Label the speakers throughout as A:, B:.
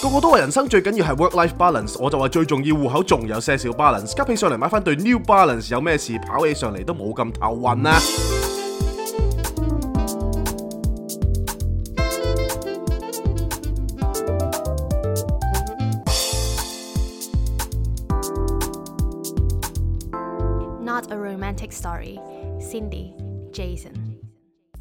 A: 個個都話人生最緊要係 work-life balance，我就話最重要戶口仲有些少 balance，急起上嚟買翻對 New Balance，有咩事跑起上嚟都冇咁頭暈啊啦、
B: Not a romantic story. Cindy, Jason。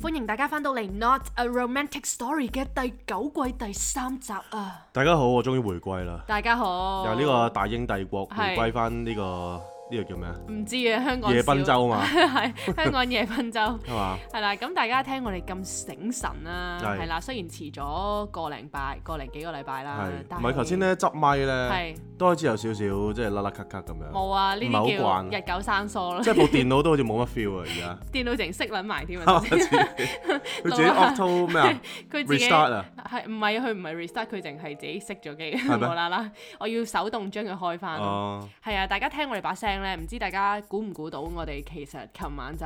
B: 歡迎大家翻到嚟《Not a Romantic Story》嘅第九季第三集啊！
A: 大家好，我終於回歸啦，
B: 大家好。
A: 由呢個大英帝國回
B: 哦係
A: 歸翻呢、個呢、個叫咩啊？
B: 唔知啊，香港
A: 夜賓州嘛
B: 係香港夜賓州。
A: 係嘛？
B: 係啦，咁大家聽我哋咁醒神啦，
A: 係
B: 係啦，雖然遲咗個零拜、個零幾個禮拜啦，
A: 係，
B: 但
A: 唔係頭先咧執咪咧，
B: 啊係
A: 都開始有少少即係甩甩咳咳咁樣，
B: 冇啊，呢
A: 唔係好
B: 啲
A: 慣
B: 叫日久生疏啦
A: 即，係部電腦都好似冇乜 feel 啊
B: 電腦淨識撚埋添啊！
A: 而家， 佢
B: 頭先
A: 自己
B: 老啊
A: auto 咩 啊
B: 佢自己。
A: restart 啊，
B: 係唔係佢唔係 restart，佢淨係自己熄咗機，
A: 咩
B: 無啦啦，我要手動將佢開翻。
A: 哦，
B: 係啊，大家聽我哋把聲咧，唔知大家估唔估到我哋其實琴晚就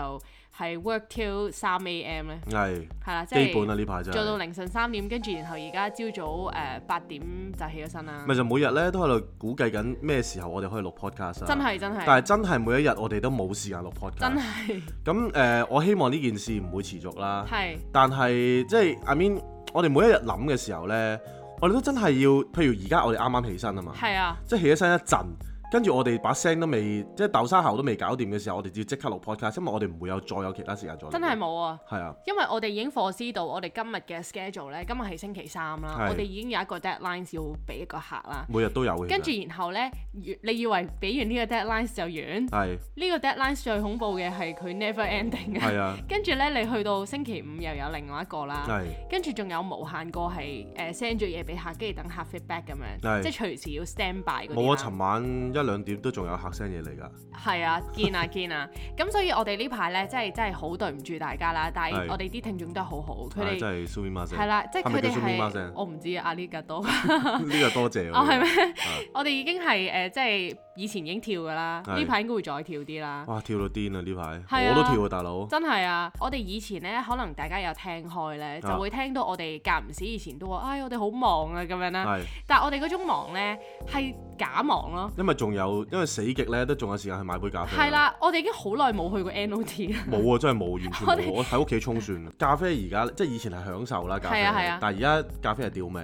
B: 係 work till 三 a.m. 咧，
A: 係
B: 係啦，即
A: 基本啊
B: 係
A: 呢排就
B: 做到
A: 係。
B: 凌晨三點，跟住然後而家朝早誒八點就起咗身啦
A: 咪，就每日咧都喺度估計緊咩時候我哋可以錄 podcast 啊！
B: 真係真係
A: 但係真係每一日我哋都冇時間錄 podcast。
B: 真係
A: 咁誒、呃我希望呢件事唔會持續啦。
B: 係
A: 但係即係 I mean，我哋每一日諗嘅時候呢，我哋都真係要，譬如而家我哋啱啱起身啊嘛，
B: 係啊，
A: 即係起咗身一陣，跟住我哋把聲都未，即係豆沙喉都未搞掂嘅時候，我哋要即刻錄 podcast，因為我哋唔會有再有其他時間再錄。
B: 真係冇啊！
A: 係啊，
B: 因為我哋已經 foresee 到我哋今日嘅 schedule 咧，今日係星期三啦，
A: 係嗯
B: 我哋已經有一個 deadline 要俾一個客啦。
A: 每日都有嘅。
B: 跟住
A: 其實
B: 然後呢，越你以為俾完呢個 deadline 就完？
A: 係
B: 呢個 deadline 最恐怖嘅係佢 never ending
A: 係
B: 啊！
A: 啊
B: 跟住呢，你去到星期五又有另外一個啦，
A: 係啊
B: 跟住仲有無限個係誒 send 咗嘢俾客，跟住等客 feedback 咁樣，
A: 係
B: 即係隨時要 stand by 嗰
A: 冇啊！
B: 啲啦。
A: 尋晚一兩點都仲有客聲嘢嚟㗎，
B: 係啊，見啊見 啊！咁所以我哋呢排呢，真係真係好對唔住大家啦，但係
A: 係
B: 我哋啲聽眾都係好好，佢
A: 唉
B: 哋
A: 真係 Sumi 媽聲
B: 係啦，即係
A: 係咪
B: 佢
A: 叫
B: 哋
A: Sumi 媽哦
B: 係
A: 聲
B: 我唔知啊，阿呢格多。
A: 呢個多謝
B: 哦，
A: 喎。
B: 係咩
A: 啊？
B: 我哋已經係誒、呃即係以前已經跳噶啦，
A: 係
B: 呢排應該會再跳啲啦。
A: 哇！跳到癲啊！呢排
B: 係啊
A: 我都跳啊，大佬。
B: 真係啊！我哋以前呢，可能大家有聽開
A: 啊
B: 呢，就會聽到我哋間唔時以前都話，唉，我哋好忙啊咁樣啦。
A: 係，
B: 但係我哋嗰種忙呢，係假忙咯。
A: 因為仲有，因為死極咧都仲有時間去買杯咖啡。啊
B: 係，啦，我哋已經好耐冇去過 NOT 啦。
A: 冇啊，真係冇，完全
B: 我哋
A: 冇。我喺屋企沖算。 咖啡而家即係以前係享受啦，咖啡。
B: 係啊係啊啊
A: 但係而家咖啡係吊命。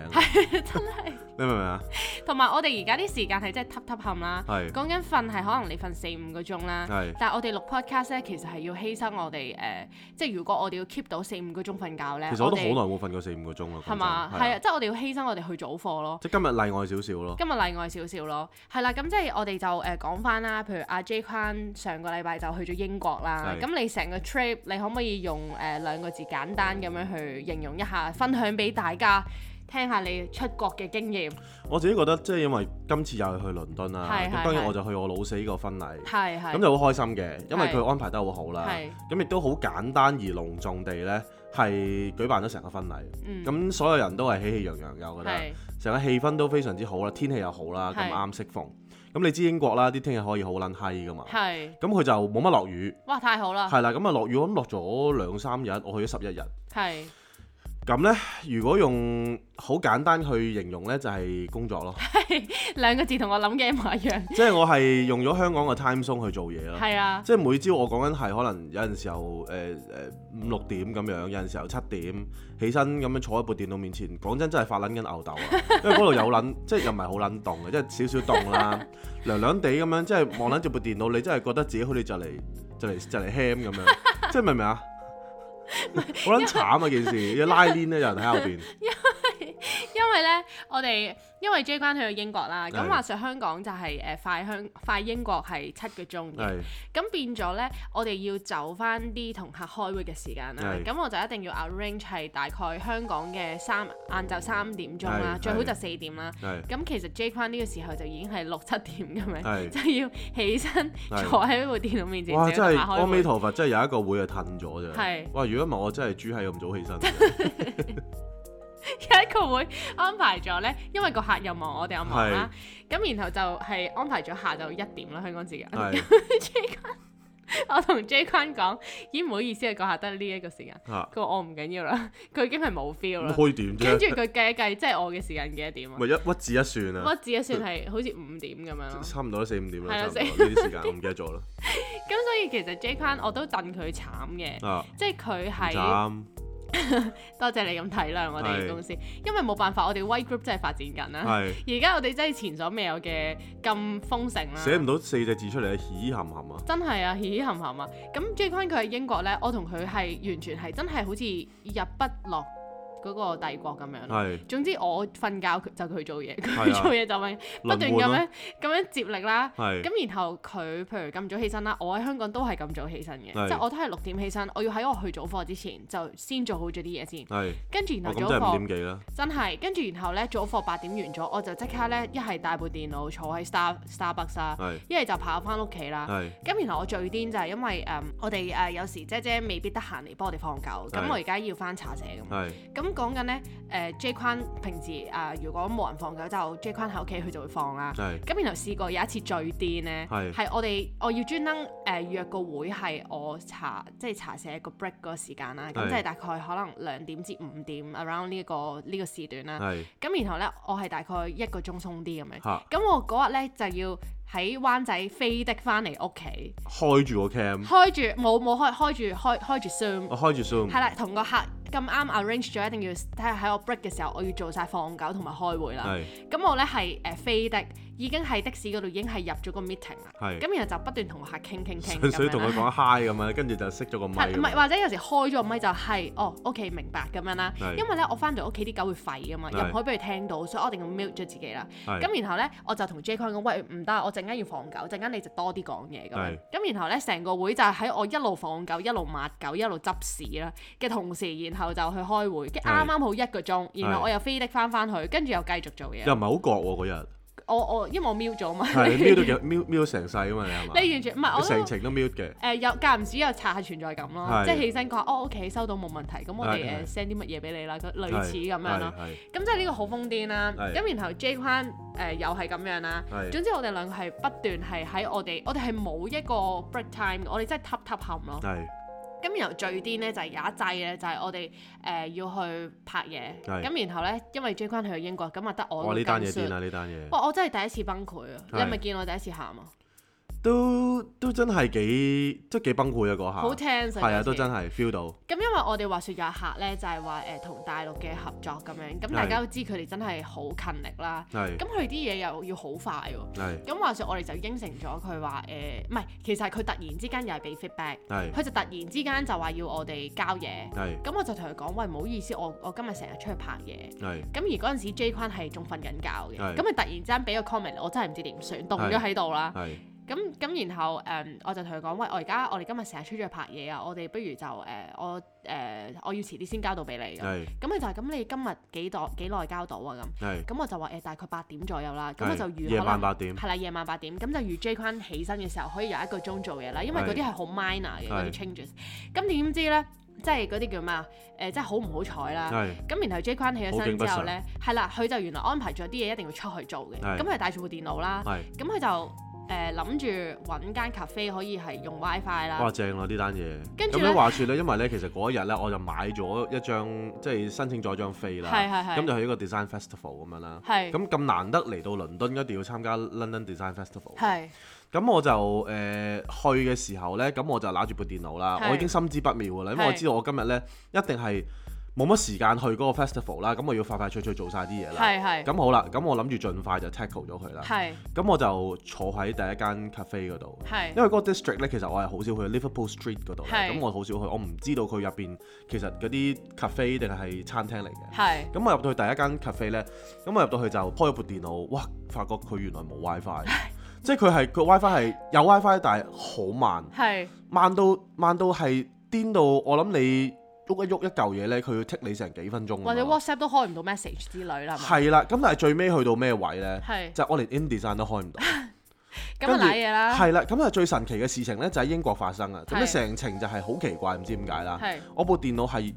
A: 你明唔明啊？
B: 同埋我哋而家啲時間係真係揼揼冚啦。
A: 係
B: 講緊瞓係可能你瞓四五個鐘啦
A: 係，
B: 但係我啊哋錄 podcast 呢，其實係要犧牲我哋誒、呃即係如果我哋要 keep 到四五個鐘瞓覺呢，
A: 其實我都好
B: 哋
A: 耐冇瞓過四五個鐘啦。
B: 係嘛？
A: 講真
B: 係啊，。即係我哋要犧牲我哋去早課咯。
A: 即係今日例外少少咯。
B: 今日例外少少咯，係啦，咁即係我哋就誒講翻啦，譬如阿 J 坤上個禮拜就去咗英國啦，
A: 係
B: 咁你成個 trip 你可唔可以用誒、呃、兩個字簡單咁樣去形容一下，分享俾大家聽下你出國嘅經驗？
A: 我自己覺得即係因為今次又係去倫敦啦，
B: 係係
A: 咁當然
B: 係
A: 我就去我老死個婚禮。
B: 係係
A: 咁就好開心嘅，因為
B: 係
A: 佢安排得好好啦
B: 係，
A: 咁亦都好簡單而隆重地呢，係舉辦咗成個婚禮。
B: 嗯
A: 咁、所有人都係喜氣洋洋嘅，我覺得
B: 係
A: 成個氣氛都非常之好啦，天氣又好啦，咁
B: 係
A: 啱適逢。咁你知英國啦，啲天氣可以好撚閪噶嘛，
B: 係，
A: 咁佢就冇乜落雨，
B: 哇太好啦，
A: 係啦，咁啊落雨我諗落咗兩三日，我去咗十一日。
B: 係
A: 咁呢，如果用好簡單去形容呢，就係、工作 咯，
B: 兩個字同我諗嘅一模一樣，
A: 即係我係用咗香港嘅 time zone 去做嘢咯。
B: 係啊，
A: 即係每朝我講緊係可能有陣時候誒誒五六點咁樣，有陣時候七點起身咁樣坐喺部電腦面前，講真真係發撚緊牛 豆啊！因為嗰度有撚，即係又唔係好撚凍嘅，即係少少凍啦，涼涼地咁樣，即係望撚住部電腦，你真係覺得自己好似就嚟就嚟就嚟 ham 咁樣，即係明唔明啊？好撚慘啊！件事要拉鏈咧，啊有人喺後邊，
B: 因為咧，我哋因為 J 關去咗英國啦，咁
A: 係
B: 話上香港就係、誒、快香快英國係七個鐘嘅。
A: 係
B: 咁變咗呢，我哋要就翻啲同客開會嘅時間啦。
A: 係
B: 咁我就一定要 arrange 係大概香港嘅三晏晝三點鐘啦，
A: 係
B: 最好
A: 係
B: 就四點啦。
A: 係
B: 咁其實 J Kwan 呢個時候就已經係六七點咁樣，
A: 係
B: 就要起身
A: 係
B: 坐喺部電腦面前，
A: 哇！
B: 就
A: 真
B: 要
A: 係
B: 打開
A: 阿
B: 會
A: 彌陀佛，真係有一個會係褪咗
B: 係
A: 啫。哇！如果唔係我真係豬係咁早起 身嘅。
B: 有一個會安排咗呢，因為個客又忙，我哋又忙啦。咁然後就係安排咗下晝一點啦，香港時間。
A: 係
B: J Kwan 我同 J 君講，咦唔好意思啊，講下得呢一個時間。
A: 嚇
B: 佢話我唔緊要啦，佢已經係冇 feel 啦
A: 咁。可以點
B: 跟住
A: 啫？
B: 佢計一計，即係我嘅時間幾多點啊？
A: 咪一屈指一算啊，
B: 我只係算係好似五點咁樣咯。
A: 差唔多都四五點啦，
B: 係
A: 差
B: 啊
A: 唔多呢啲時間我唔記得咗啦。
B: 咁所以其實 J 君我都戥佢慘嘅，
A: 啊，
B: 即 係佢係
A: 慘
B: 多謝你咁體諒我哋嘅
A: 係
B: 公司，因為冇辦法，我哋 White Group 真係發展緊啦。
A: 係
B: 而家我哋真係前所未有嘅咁豐盛啦。
A: 寫唔到四隻字出嚟，喜含含啊！
B: 真係啊，嘻嘻含含啊！咁 J 君佢喺英國呢，我同佢係完全係真係好似日不落嗰個帝國咁樣咯。
A: 係
B: 總之我瞓覺佢就佢做嘢，
A: 係
B: 佢
A: 啊
B: 做嘢就咪不斷
A: 輪
B: 咁
A: 換咯
B: 樣咁樣接力啦。
A: 係
B: 咁然後佢譬如咁早起身啦，我喺香港都係咁早起身嘅，
A: 係
B: 即係我都係六點起身，我要喺我去早課之前就先做好咗啲嘢先，
A: 係，
B: 跟住然
A: 我
B: 後
A: 嗯哦咁
B: 早
A: 真係
B: 課
A: 五點幾啦，
B: 真係，跟住然後咧早課八點完咗，我就即刻
A: 嗯
B: 咧一係帶部電腦坐喺 Star Starbucks 啦，
A: 係
B: 一係就跑翻屋企啦。
A: 係
B: 咁然後我最癲就係因為誒、嗯我哋誒、呃有時姐姐未必得閒嚟幫我哋放狗，咁
A: 係
B: 我而家要翻茶社咁。
A: 係
B: 咁講緊咧誒 J 坤平時誒、呃如果冇人放狗就 J 坤喺屋企佢就會放啦。
A: 係
B: 咁然後試過有一次最癲咧，
A: 係
B: 係我哋我要專登誒約個會係我茶即係茶社個 break 嗰個時間啦，咁
A: 係
B: 即係大概可能兩點至五點 around 呢、一個呢、個時段啦。
A: 係
B: 咁然後咧，我係大概一個鐘鬆啲咁樣。
A: 嚇
B: 咁我嗰日咧就要喺灣仔飛的翻嚟屋企，
A: 開住個 cam，
B: 開住冇冇開開住開開住 Zoom，
A: 我開住 Zoom
B: 係啦，同個客咁啱 arrange 咗，一定要睇下喺我 break 嘅時候，我要做晒放狗同埋開會啦。
A: 係
B: 咁我咧係誒飛的，已經喺的士嗰度已經係入咗個 meeting 啦。
A: 係
B: 咁然後就不斷同個客傾傾傾
A: 純
B: 咁
A: 粹同佢
B: 樣啦。
A: 講 hi 咁樣，跟住就熄咗個咪
B: 係
A: 咁
B: 唔係
A: 樣。
B: 或者有時開咗個咪就係、哦，OK 明白咁樣啦。
A: 係
B: 因為咧我翻到屋企啲狗會吠啊嘛，
A: 係
B: 又唔可以俾佢聽到，所以我一定要 mute 咗自己啦。
A: 係
B: 咁然後咧我就同 J 君講：喂唔得，我陣間要放狗，陣間你就多啲講嘢咁樣
A: 係。
B: 咁然後咧成個會就喺我一路放狗、一路抹狗、一路執屎啦嘅同時，然後就去開會，跟住啱啱好一個鐘，然後
A: 係
B: 我又飛的翻翻去，跟住又繼續做嘢
A: 又。唔係好覺喎嗰日，
B: 我我因為我 mute 咗嘛，
A: 係
B: 你
A: 瞄 到幾瞄瞄成世啊嘛，你係嘛？
B: 你完全唔係我
A: 你成
B: 都
A: 程都 mute 嘅，
B: 誒有間唔時有刷下存在感咯，
A: 係
B: 即係起身講哦 OK 收到冇問題，咁我哋
A: 係係
B: 誒 send 啲乜嘢俾你啦，類
A: 係
B: 似咁樣咯。。
A: 係
B: 咁即係呢個好瘋癲啦。
A: 係
B: 咁然後 J 框誒又係咁樣啦。
A: 係
B: 總之我哋兩個係不斷係喺我哋，我哋係冇一個 break time，我哋真係揼揼冚咯。
A: 係
B: 咁然後最癲咧就係有一劑咧，就係我哋誒要去拍嘢。
A: 係
B: 咁然後咧，因為 J 框去咗英國，咁啊得我
A: 哇！呢
B: 一個
A: 單
B: 跟
A: 嘢
B: 孫
A: 癲啦，呢單嘢
B: 哇！我真係第一次崩潰啊！你係咪
A: 係
B: 見我第一次喊啊？
A: 都都真係幾即係幾崩潰啊嗰下。
B: 好 tense
A: 係啊，都真係
B: 係。
A: feel 到。
B: 咁因為我哋話説有一客咧，就係話誒同大陸嘅合作咁樣，咁大家都知佢哋真係好勤力啦。
A: 係
B: 咁佢哋啲嘢又要好快喎。
A: 係
B: 咁話説我哋就應承咗佢話誒，唔係，其實係佢突然之間又係俾 feedback，
A: 係
B: 佢就突然之間就話要我哋交嘢。
A: 係
B: 咁我就同佢講喂，唔好意思，我我今日成日出去拍嘢。
A: 係
B: 咁而嗰陣時 J 坤係仲瞓緊覺嘅，
A: 係
B: 咁佢突然之間俾個 comment，我真係唔知點算，凍咗喺度啦。
A: 係
B: 咁咁然後誒、我就同佢講，喂，我而家我哋今日成日出咗去拍嘢啊，我哋不如就誒、我誒、我要遲啲先交到俾你咁。
A: 係
B: 咁佢就係咁，你今日幾多幾耐交到啊？咁
A: 係。
B: 咁我就話誒、大概八點左右啦。咁
A: 係
B: 我就預
A: 夜
B: 可能
A: 晚八點
B: 係啦，夜晚八點咁就預 J 坤起身嘅時候可以有一個鐘做嘢啦，因為
A: 係
B: 嗰啲係好 minor 嘅嗰啲
A: 係
B: changes。咁點知咧，即係嗰啲叫咩啊？誒、即係好唔好彩啦。
A: 係
B: 咁然後 J 坤起咗
A: 好景
B: 身
A: 不
B: 之後
A: 常
B: 咧，係啦，佢就原來安排咗啲嘢一定要出去做嘅。
A: 係
B: 咁佢帶住部電腦啦。
A: 係，
B: 咁佢就誒諗住揾間 cafe 可以係用 WiFi
A: 哇
B: 啦，
A: 正咯啊呢單嘢。
B: 跟住
A: 咁
B: 咧
A: 咧話説咧，因為咧其實嗰一日咧我就買咗一張即係申請咗一張飛啦，
B: 係係係
A: 咁就去一個 design festival 咁樣啦。
B: 係
A: 咁咁難得嚟到倫敦，一定要參加 London Design Festival。
B: 係
A: 咁我就誒、呃去嘅時候呢，咁我就揦住部電腦啦，
B: 係
A: 我已經心知不妙㗎啦，因為
B: 係
A: 我知道我今日呢一定係冇乜時間去嗰個 festival 啦，咁我要快快脆脆做晒啲嘢啦。
B: 係係
A: 咁好啊啦，咁我諗住盡快就 tackle 咗佢啦。
B: 係
A: 咁我就坐喺第一間 cafe 嗰度，
B: 係
A: 因為嗰個 district 呢，其實我係好少去 Liverpool Street 嗰度嘅，
B: 係
A: 咁我好少去，我唔知道佢入邊其實嗰啲 cafe 定係餐廳嚟嘅。
B: 係
A: 咁啊我入到去第一間 cafe 咧，咁啊我入到去就開咗部電腦，哇！發覺佢原來冇 WiFi，即係佢係佢 WiFi 係有 WiFi，但係好慢，
B: 係
A: 慢到慢到係癲到我諗你喐一喐一嚿嘢咧，佢要剔你成幾分鐘咁樣。啊
B: 或者 WhatsApp 都開唔到 message 之類啦，係咪
A: 係啦，咁但係最尾去到咩位咧？
B: 係
A: 就我連 InDesign 都開唔到，
B: 咁啊賴嘢啦，
A: 係啦，咁啊最神奇嘅事情咧就喺英國發生啊！咁咧
B: 係
A: 成程就係好奇怪，唔知點解啦。
B: 係
A: 我部電腦係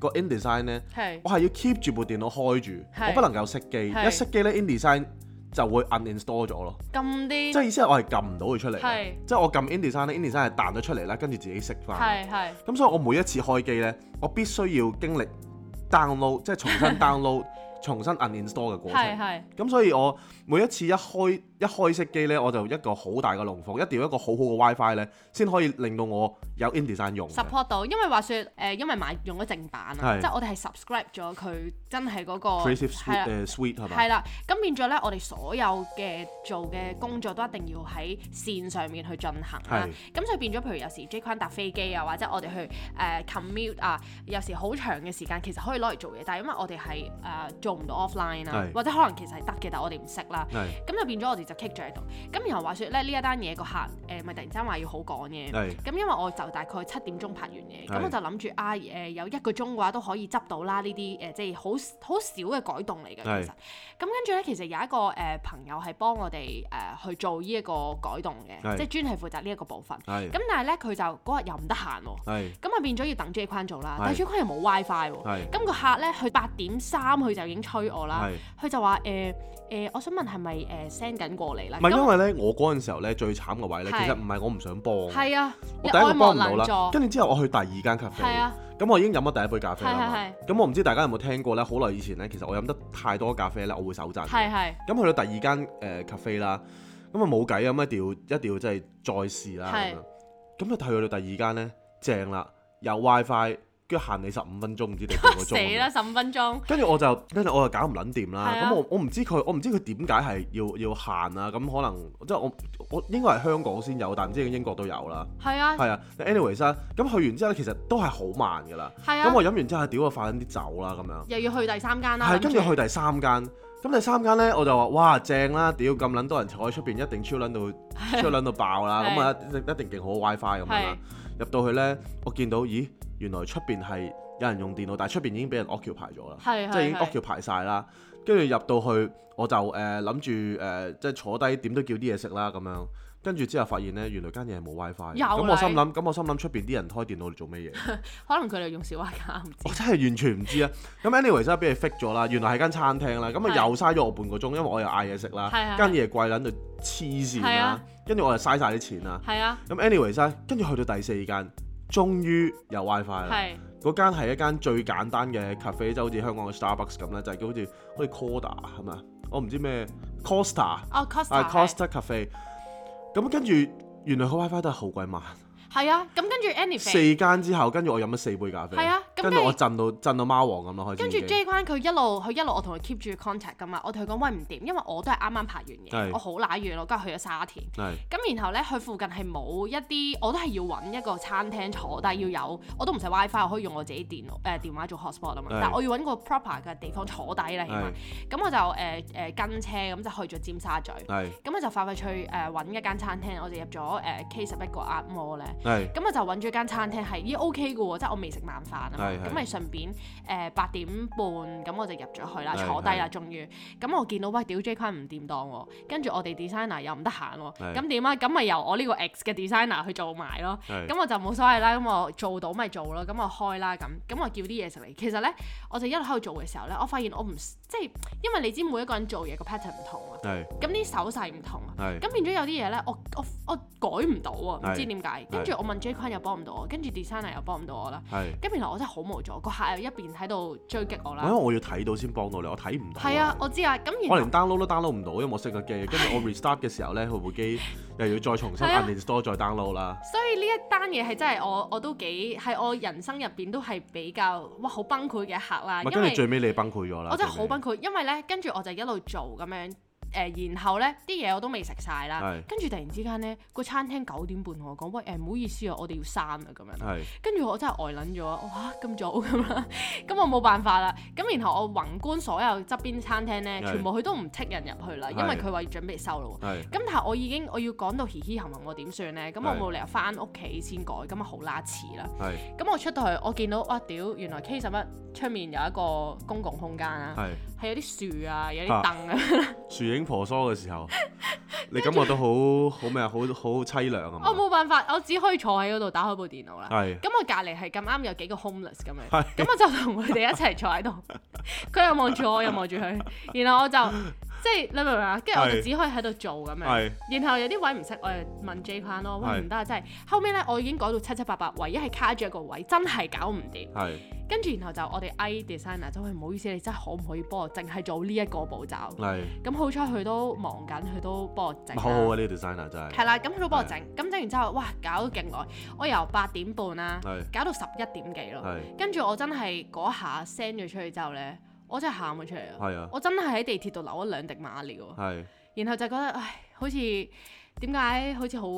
A: 個 InDesign 咧。
B: 係
A: 我係要 keep 住部電腦開住，
B: 係
A: 我不能夠熄機。
B: 係
A: 一熄機咧，InDesign 就會 uninstall 咗咯。
B: 咁
A: 即
B: 啲
A: 係意思係我係撳唔到佢出嚟嘅
B: 係，
A: 即係我撳 InDesign 咧，InDesign 係彈咗出嚟啦，跟住自己熄翻。
B: 係係
A: 咁所以我每一次開機咧，我必須要經歷 download，即係重新 download、重新 uninstall 嘅過
B: 係
A: 程。
B: 係
A: 咁所以我每一次一開一開熄機咧，我就一個好大嘅龍鳳，一定要一個好好嘅 WiFi 咧，先可以令到我有 InDesign 用嘅。
B: support 到，因為話說誒，因為買用咗正版啊，
A: 係
B: 即係我哋係 subscribe 咗佢真係嗰個
A: Creative
B: 係啊啦
A: Suite 誒 Suite 係
B: 係
A: 咪？
B: 啦，咁變咗咧，我哋所有嘅做嘅工作都一定要喺線上面去進行啦。咁所以變咗，譬如有時 J 坤搭飛機啊，或者我哋去誒、呃 commute 啊，有時好長嘅時間其實可以攞嚟做嘢，但係因為我哋係誒做唔到 offline 啦
A: 係，
B: 或者可能其實係得嘅，但係我哋唔識啦。
A: 係
B: 咁就變咗我哋就棘咗喺度。咁然後話説咧，呢一單嘢個客誒咪、突然之間話要好趕嘅。
A: 係
B: 咁因為我就大概七點鐘拍完嘢，
A: 係
B: 咁我就諗住啊誒、有一個鐘嘅話都可以執到啦呢啲誒即係好好少嘅改動嚟嘅
A: 係
B: 其實。咁跟住咧，其實有一個誒、朋友係幫我哋誒、去做呢一個改動
A: 係
B: 嘅，即係專係負責呢一個部分。
A: 係
B: 咁但係咧佢就嗰日又唔得閒喎，
A: 係
B: 咁啊變咗要等 J 框做啦，
A: 係
B: 但係 J 框又冇 WiFi 喎。
A: 係
B: 咁個客咧，佢八點三佢就已經催我啦
A: 係，
B: 佢就話誒誒，我想問係咪誒 send 緊過嚟啦？
A: 唔係因
B: 啊咁
A: 為咧，我嗰陣時候咧最慘嘅位咧，其
B: 係
A: 實唔係我唔想幫，我
B: 係啊，
A: 第
B: 你
A: 一個
B: 愛莫
A: 幫唔到
B: 能
A: 啦，
B: 助，
A: 跟住之後我去第二間咖啡，
B: 係啊，
A: 咁我已經飲咗第一杯咖啡啦嘛
B: 係係。
A: 咁我唔知大家有冇聽過咧？好耐以前咧，其實我飲得太多咖啡咧，我會手震。
B: 係係
A: 咁去到第二間誒 cafe 啦，咁啊冇計咁一定要一定要即係再試啦咁
B: 係
A: 樣。咁就去到第二間咧，正啦，有 WiFi，跟住限你十五分鐘，唔 知定半個
B: 死
A: 鐘咁樣。
B: 啦，十五分鐘，
A: 跟住我就跟住我就搞唔撚掂啦。
B: 係
A: 咁、
B: 啊
A: 我我唔知佢我唔知佢點解係要要限啊。咁可能即係我我應該係香港先有，但唔知英國都有啦。
B: 係啊
A: 係啊，anyways 啦，咁去完之後咧，其實都係好慢㗎啦。
B: 係
A: 咁
B: 啊，
A: 我飲完之後，屌我快撚啲走啦咁樣。
B: 又要去第三間啦，
A: 係，跟住
B: 諗
A: 去第三間。咁第三間咧，我就話：哇，正啦！屌咁撚多人坐喺出邊，一定超撚到超撚到爆啦！咁啊，一定一定勁好 WiFi 咁樣啦
B: 係。
A: 入到去咧，我見到咦，原來出邊係有人用電腦，但係出邊已經俾人 occupy 咗啦，
B: 係
A: 即係已經
B: 係係
A: occupy 晒啦。跟住入到去，我就誒諗住誒即係坐低點都叫啲嘢食啦咁樣。跟住之後發現咧，原來間嘢係冇 WiFi 嘅。
B: 又
A: 咁我心
B: 嚟
A: 諗，咁我心諗出邊啲人開電腦嚟做咩嘢？
B: 可能佢哋用小畫家唔知
A: 我。真係完全唔知啊！咁 anyways 真係俾佢 fix 咗啦，原來係間餐廳啦，咁啊
B: 係
A: 又嘥咗我半個鐘，因為我又嗌嘢食啦
B: 係，係
A: 間嘢貴撚到黐線
B: 係
A: 啦
B: 啊，
A: 跟住我又嘥晒啲錢啦。
B: 係啊，
A: 咁 anyways 咧，跟住去到第四間，終於有 WiFi 啦。
B: 係
A: 嗰間係一間最簡單嘅 cafe，就好似香港嘅 Starbucks 咁啦，就係叫好似好似 Coda 係咪啊？我唔知咩 Costa 啊
B: 哦，Costa 係
A: Costa Cafe。咁跟住原來佢 WiFi 都係好鬼慢。
B: 係啊，咁跟住 Anyway，
A: 四間之後，跟住我飲咗四杯咖啡，
B: 係啊咁
A: 跟
B: 跟
A: 住
B: 住
A: 我震到震到貓王咁咯，開始
B: 跟
A: 已
B: 住
A: 經。
B: J 關佢一路佢一路我同佢 keep 住 contact 噶嘛，我同佢講喂唔掂，因為我都係啱啱拍完
A: 係
B: 嘢，我好乸遠，我今日去咗沙田。
A: 係
B: 咁然後咧，佢附近係冇一啲，我都係要揾一個餐廳坐，但係要有，我都唔使 WiFi，我可以用我自己電腦誒、呃、電話做 hotspot 啊嘛
A: 係。
B: 但係我要揾個 proper 嘅地方坐低啦，起
A: 係
B: 碼。咁我就誒誒、呃跟車咁就去咗尖沙咀。
A: 係
B: 咁我就快快脆誒揾一間餐廳，我就入咗誒 K 十一個 Art Mall 咧。
A: 係
B: 咁我就揾咗間餐廳係咦 OK 嘅喎，即係我未食晚飯啊嘛，
A: 係係
B: 咁咪順便誒八點半咁我就入咗去啦，
A: 係
B: 坐低啦，
A: 係
B: 終於咁我見到喂屌 J 坤唔掂當喎，跟住我哋 designer 又唔得
A: 係
B: 閒喎，咁點啊？咁咪由我呢個 ex 嘅 designer 去做埋咯，
A: 係
B: 咁我就冇所謂啦，咁我做到咪做咯，咁我開啦咁，咁我叫啲嘢食嚟。其實咧，我就一路喺度做嘅時候咧，我發現我唔即係因為你知每一個人做嘢個 pattern 唔同啊，
A: 係
B: 咁啲手勢唔同啊。
A: 係
B: 咁變咗有啲嘢咧，我我我改唔到啊，唔知
A: 係
B: 點解。跟住我問 J 坤又幫唔到我，跟住 designer 又幫唔到我啦。
A: 係，
B: 咁原來我真係好無助，個客又一邊喺度追擊我
A: 我因為
B: 啦。
A: 我要睇到先幫到你，我睇唔到。
B: 係啊，，我知啊。咁
A: 我連
B: 然
A: download 都 download 唔到，因為我熄咗機，跟住我 restart 嘅時候咧，佢部機又要再重新
B: 係啊
A: uninstall 再 download 啦。
B: 所以呢一單嘢係真係我我都幾係我人生入邊都係比較哇好崩潰嘅一刻啦，
A: 咪
B: 啊因
A: 跟住最
B: 為
A: 尾你崩潰咗啦。
B: 我真係好崩
A: 潰。
B: 潰，因為咧跟住我就一路做咁樣。誒、然後咧啲嘢我都未食晒啦
A: 係，
B: 跟住突然之間咧個餐廳九點半同我講，喂誒唔、好意思啊，我哋要閂啦咁樣。
A: 係
B: 跟住我真係呆撚咗，哇咁早 咁啦，咁我冇辦法啦。咁然後我宏觀所有側邊餐廳咧，
A: 係
B: 全部佢都唔剔人入去啦，因為
A: 係
B: 佢話要準備收咯喎。
A: 係
B: 咁但係我已經我要講到嘻嘻含含，我點算咧？咁
A: 係
B: 我冇理由翻屋企先改，咁啊好拉遲啦。
A: 係
B: 咁我出到去，我見到哇屌，原來 K 十一出面有一個公共空間啦，
A: 係，
B: 係有啲樹啊，有
A: 啊
B: 啲凳啊，
A: 樹影婆娑嘅時候，你感覺到好好咩啊？好好凄涼啊嘛
B: 我！冇辦法，我只可以坐喺嗰度打開部電腦啦。
A: 係
B: 咁我隔離係咁啱有幾個 homeless 咁樣，
A: 啊係
B: 咁我就同佢哋一齊坐喺度， 佢又望住我，又望住佢，然後我就即係你明唔明啊？跟住我就
A: 係
B: 只可以喺度做咁樣
A: 係，
B: 然後有啲位唔識，我就問 J 框咯，喂
A: 係
B: 唔得啊！真係後尾咧，我已經改到七七八八，唯一係卡住一個位，真係搞唔掂。
A: 係
B: 跟住然後就我哋 I designer 就話唔好意思，你真係可唔可以幫我淨係做呢一個步驟？
A: 係，
B: 咁好彩佢都忙緊，佢都幫我整
A: 嗯
B: 啦。
A: 好好啊！呢個 designer 真係
B: 係啦，咁佢都幫我整，咁整完之後，哇，搞咗勁耐，我由八點半啦，
A: 係
B: 搞到十一點幾咯，
A: 係
B: 跟住我真係嗰下 send 咗出去之後呢，我真係喊咗出嚟啊！
A: 係啊
B: 我真係喺地鐵度流咗兩滴馬尿啊，
A: 係。
B: 然後就覺得唉，好似點解好似好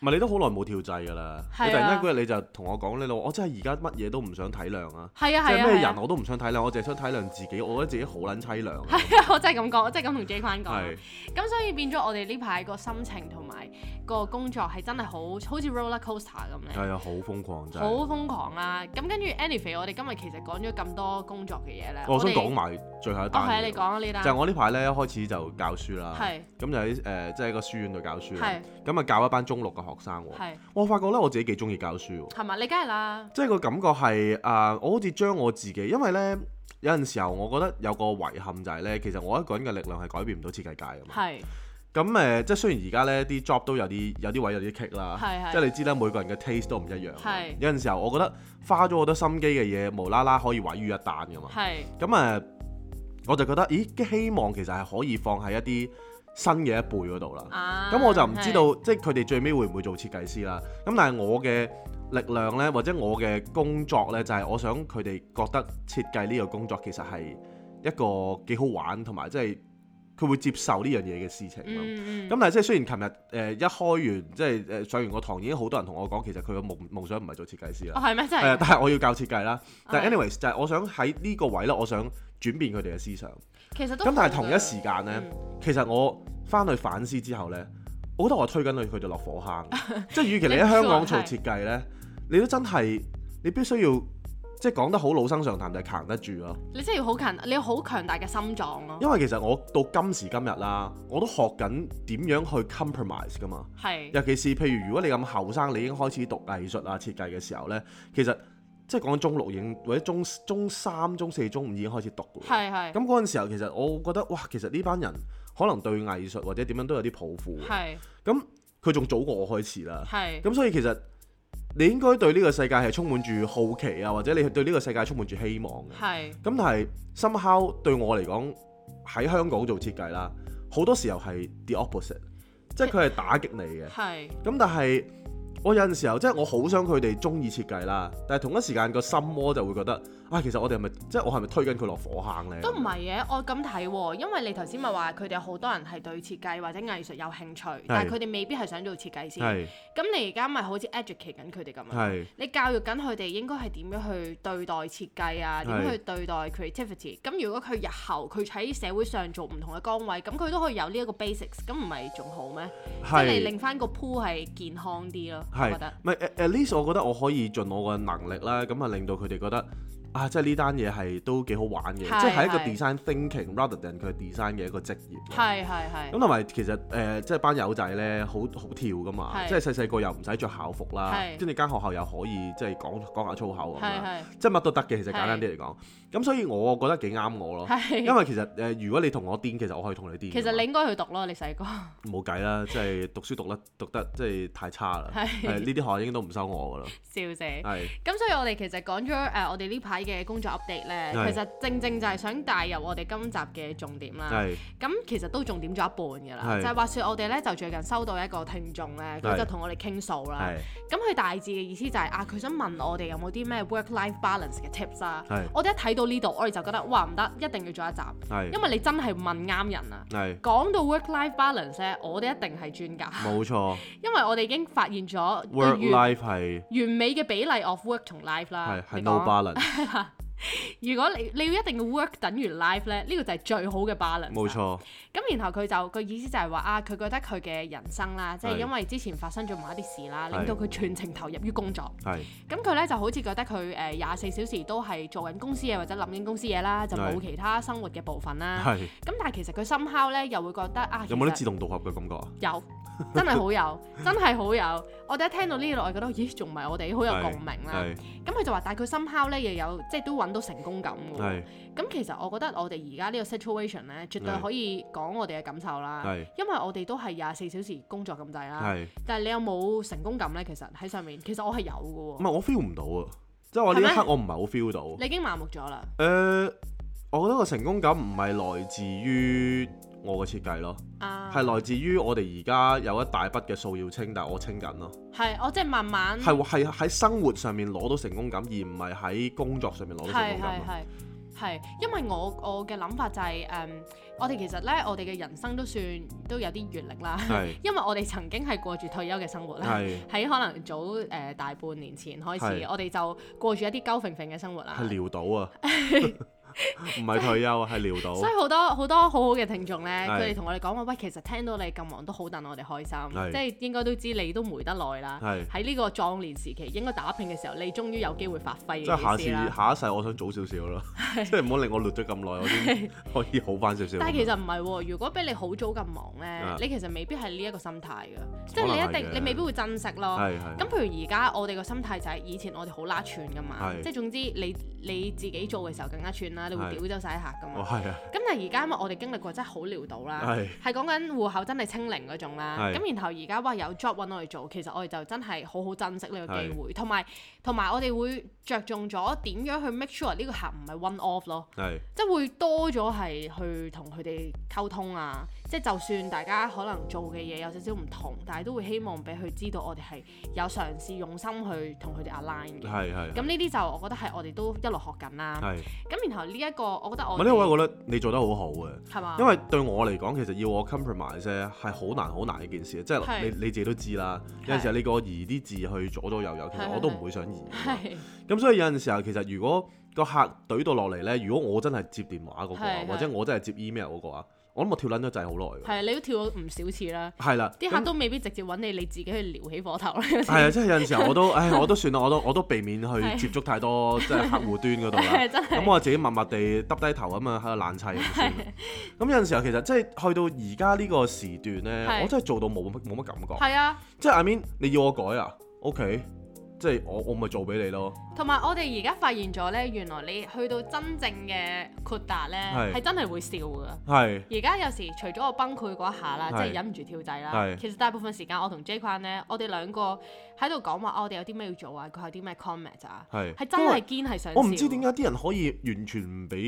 A: 唔係你都好耐冇跳掣㗎啦！
B: 係
A: 你
B: 啊
A: 突然間嗰日你就同我講你話我真係而家乜嘢都唔想體諒啊！
B: 係啊
A: 即係
B: 係啊
A: 咩
B: 係啊
A: 人，我都唔想體諒，我淨係想體諒自己，我覺得自己好撚凄涼 啊。
B: 係 啊，我真係咁講，我真係咁同 J 框講啊
A: 係。
B: 咁所以變咗我哋呢排個心情同埋個工作係真係好好似 roller coaster 咁咧。
A: 係啊，好瘋狂真
B: 好
A: 係。
B: 瘋狂啦！咁跟住 anyway，我哋今日其實講咗咁多工作嘅嘢咧。
A: 我想
B: 哋
A: 講埋最後一
B: 哦，
A: 單
B: 係啊你
A: 嘢，
B: 講啊呢單。
A: 就係我呢排咧一開始就教書啦，
B: 係
A: 咁就喺誒即係喺個書院度教書啦
B: 係，
A: 咁啊教一班中六嘅學生喎。
B: 係
A: 我發覺咧我自己幾中意教書喎。
B: 係咪？你梗係啦，
A: 即係個感覺係啊、我好似將我自己，因為呢，有陣時候，我覺得有個遺憾就係呢，其實我一個人嘅力量係改變唔到設計界㗎嘛。
B: 係
A: 咁誒、呃即係雖然而家呢啲 job 都有啲有啲位有啲棘啦
B: 係，係
A: 啊即係你知啦，每個人嘅 taste 都唔一樣啊。
B: 係
A: 有陣時候，我覺得花咗好多心機嘅嘢，無啦啦可以毀於一旦㗎嘛。
B: 係
A: 咁誒、呃我就覺得，咦，希望其實係可以放喺一啲新嘅一輩嗰度啦。
B: 啊。
A: 咁我就唔知道，即係佢哋最尾會唔會做設計師啦。咁但係我嘅力量呢，或者我嘅工作呢，就係、我想佢哋覺得設計呢個工作其實係一個幾好玩，同埋即係佢會接受呢樣嘢嘅事情咯。
B: 嗯，嗯
A: 咁但係即係雖然琴日誒一開完即係誒上完個堂已經好多人同我講，其實佢嘅夢夢想唔係做設計師
B: 哦
A: 啦，
B: 係咩？真
A: 係啊
B: 係哦
A: 但係我要教設計啦。但係
B: 係
A: anyways 就係我想喺呢個位呢，我想轉變佢哋嘅思想。
B: 其實都
A: 咁但係
B: 好嗯
A: 同
B: 㗎
A: 一時間呢，其實我翻去反思之後呢，我覺得我推緊佢佢哋落火坑，即係與其你喺香港做設計呢，你都真係你必須要即係講得好老生常談，就係扛得住咯。
B: 你真係要好強，你要好強大嘅心臟咯。
A: 因為其實我到今時今日啦，我都學緊點樣去 compromise 噶嘛。
B: 係
A: 尤其是譬如如果你咁後生，你已經開始讀藝術啊設計嘅時候呢，其實即係講緊中六已經或者中中三、中四、中五已經開始讀㗎喎
B: 係係
A: 咁嗰陣時候，其實我覺得哇，其實呢班人可能對藝術或者點樣都有啲抱負嘅。
B: 係
A: 咁佢仲早過我開始啦。
B: 係
A: 咁所以其實你應該對呢個世界係充滿住好奇啊，或者你對呢個世界充滿住希望嘅。
B: 係
A: 咁但係 somehow 對我嚟講，喺香港做設計啦，好多時候係 the opposite，即係佢係打擊你嘅。
B: 係
A: 咁但係我有陣時候即係我好想佢哋中意設計啦，但係同一時間個心魔就會覺得啊，其實我哋係咪即係我係咪推緊佢落火坑呢？
B: 都唔係嘅，我咁睇喎，因為你頭先咪話佢哋有好多人係對設計或者藝術有興趣，但係佢哋未必係想做設計師。
A: 係
B: 咁你而家咪好似 educate 緊佢哋咁樣。
A: 係
B: 你教育緊佢哋應該係點樣去對待設計啊，點樣去對待 creativity。咁如果佢日後佢喺社會上做唔同嘅崗位，咁佢都可以有呢一個 basics，咁唔係仲好咩？即係你
A: 係
B: 令翻個 pool 係健康啲咯，我覺
A: 係
B: 得，
A: 唔係 at at least 我覺得我可以盡我嘅能力啦，咁啊令到佢哋覺得啊，即係呢單嘢係都幾好玩嘅，
B: 係
A: 即係係一個
B: 係
A: design thinking rather than 佢 design 嘅一個職業。
B: 係係係
A: 咁同埋其實誒、呃即係班友仔咧，好好跳噶嘛，
B: 係
A: 即係細細個又唔使着校服啦，
B: 係
A: 跟住間學校又可以即係講講下粗口咁
B: 係
A: 啦，
B: 係
A: 即係乜都得嘅。其實簡單啲嚟講，咁所以我覺得幾啱我咯，因
B: 係。
A: 為其實誒、呃如果你同我癲，其實我可以同你癲㗎嘛。
B: 其實你應該去讀咯，你 細個
A: 冇計啦，即係讀書讀得讀得即係太差啦，
B: 係
A: 係呢啲學校應該都唔收我噶啦，
B: 笑死。
A: 係
B: 咁所以我哋其實講咗誒我哋呢排嘅工作 update 咧，
A: 係
B: 其實正正就係想帶入我哋今集嘅重點啦。
A: 係
B: 咁其實都重點咗一半㗎啦，
A: 係
B: 就係話說我哋咧就最近收到一個聽眾咧，佢
A: 係
B: 就同我哋傾訴啦。
A: 係
B: 咁佢大致嘅意思就係、啊，佢想問我哋有冇啲咩 work-life balance 嘅 tips 啊
A: 係？
B: 我哋一睇到呢度，我哋就覺得哇唔得，一定要做一集，因
A: 係
B: 為你真係問啱人啊！
A: 係
B: 講到 work-life balance 咧，我哋一定係 專家，
A: 冇錯
B: 因為我哋已經發現咗對
A: ，work
B: 完
A: life 係
B: 完美嘅比例 of work 同 life 啦
A: 係。係
B: 啊你
A: no
B: 講
A: balance，
B: 如果你你要一定要 work 等於 life 咧，呢、個就係最好嘅 balance 啊。
A: 冇錯
B: 咁咁然後佢就個意思就係話啊，佢覺得佢嘅人生啦，即係
A: 係
B: 因為之前發生咗某一啲事啦，
A: 係
B: 令到佢全程投入於工作。
A: 係
B: 咁佢咧就好似覺得佢誒廿四小時都係做緊公司嘢或者諗緊公司嘢啦，就冇
A: 係
B: 其他生活嘅部分啦。
A: 係
B: 咁但係其實佢深烤咧又會覺得啊，
A: 有冇啲
B: 其
A: 自
B: 實
A: 動導合嘅感覺啊？
B: 有，真係好有，真係好有。我哋一聽到呢度，我覺得咦，仲唔係我哋好有共鳴啊啦。
A: 係
B: 咁佢就話，但係佢深烤咧又有即係都揾到成功感嘅喎。
A: 係
B: 咁其實我覺得我哋而家呢個 situation 咧，絕對
A: 係
B: 可以講我哋嘅感受啦。
A: 係
B: 因為我哋都係廿四小時工作咁滯啦。
A: 係，
B: 但係你有冇成功感咧？其實喺上面，其實我係有嘅
A: 唔
B: 喎。
A: 係我 feel 唔到啊！即係我呢
B: 係
A: 一
B: 咩
A: 刻我唔係好 feel 到。誒
B: 你已經麻木咗啦。，
A: 我覺得個成功感唔係來自於我嘅設計咯，
B: 啊，
A: 係來自於我哋而家有一大筆嘅數要清，但係我清緊咯。
B: 係哦我即係慢慢
A: 係係喺生活上面攞到成功感，而唔係喺工作上面攞到成
B: 係
A: 功感
B: 係
A: 啊。
B: 係係，因為我我嘅諗法就係、誒、我哋其實咧，我哋嘅人生都算都有啲閲歷啦。
A: 係
B: 因為我哋曾經係過住退休嘅生活啦
A: 係，
B: 喺可能早誒、大半年前開始，
A: 係
B: 我哋就過住一啲鳩揈揈嘅生活啦。
A: 係撩到 啊！唔係退休啊，係撩到。
B: 所以好多好多好好嘅聽眾呢，
A: 係
B: 佢哋同我哋講話，喂，其實聽到你咁忙都好戥我哋開心，
A: 係
B: 即係應該都知你都霉得耐啦。
A: 係
B: 喺呢個壯年時期，應該打拼嘅時候，你終於有機會發揮
A: 即係下
B: 嘅意思啊
A: 次
B: 啦。
A: 下一世，我想早少少咯，即係唔好令我攣咗咁耐，我先可以好翻少少。
B: 但係其實唔係喎，如果俾你好早咁忙呢
A: 啊，
B: 你其實未必係呢一個心態嘅，即係
A: 可能
B: 你一
A: 係
B: 定
A: 嘅
B: 你未必會珍惜咯。
A: 係係
B: 咁譬如而家我哋個心態就係以前我哋好拉串噶嘛，
A: 係
B: 即係總之你你自己做嘅時候更加串啦，你會
A: 係
B: 屌走晒客噶
A: 哦
B: 嘛。
A: 係啊，
B: 咁但係而家因為我哋經歷過真係好潦倒啦，
A: 係
B: 係講緊戶口真係清零嗰種啦。
A: 係
B: 咁然後而家哇有 job 揾我哋做，其實我哋就真係好好珍惜呢個機會，同埋同埋我哋會着重咗點樣去 make sure 呢個客唔係 one off 咯，
A: 係
B: 即係會多咗係去同佢哋溝通啊。即係就算大家可能做嘅嘢有少少唔同，但係都會希望俾佢知道我哋係有嘗試用心去同佢哋 align 嘅。
A: 係係
B: 咁呢啲就我覺得係我哋都一路學緊啦。
A: 係。
B: 咁然後呢一個我覺得
A: 唔
B: 我
A: 係呢個
B: 哋啊
A: 我覺得你做得好好嘅。
B: 係嘛？
A: 因為對我嚟講，其實要我 compromise 咧係好難好難嘅一件事，即係
B: 係
A: 你你自己都知啦。有陣時你個移啲字去左左右右，其實
B: 係
A: 我都
B: 係
A: 唔會想移㗎嘛。
B: 係
A: 咁所以有陣時候其實如果個客懟到落嚟咧，如果我真係接電話嗰個啊
B: 係，係
A: 或者我真係接 email 嗰個啊，我諗我跳撚咗掣好耐㗎。
B: 係，啊你都跳咗唔少次啦。
A: 係啦，
B: 啲
A: 咁
B: 客都未必直接揾你，你自己去撩起火頭啦。有時
A: 係啊，即係有陣時候我都，唉，我都算啦，我都我都避免去接觸太多即係客戶端嗰度啦
B: 係。真係
A: 咁我自己默默地耷低頭咁啊，喺度冷砌咁算啦。咁有陣時候其實即係去到而家呢個時段咧，
B: 係
A: 我真係做到冇乜冇乜感覺。
B: 係啊，
A: 即係 I mean，你要我改啊？OK，即係我我咪做俾你咯。
B: 同埋我哋而家發現咗呢，原來你去到真正嘅豁達呢，
A: 係
B: 係真係會笑噶。
A: 係
B: 而家有時除咗我崩潰嗰一下啦，即
A: 係
B: 係忍唔住跳掣啦。
A: 係
B: 其實大部分時間我同 J 君呢，我哋兩個喺度講話，啊我哋有啲咩要做啊，佢有啲咩 comment 啊，
A: 係
B: 係真係堅係想
A: 我唔知
B: 笑啊
A: 點解啲人可以完全唔俾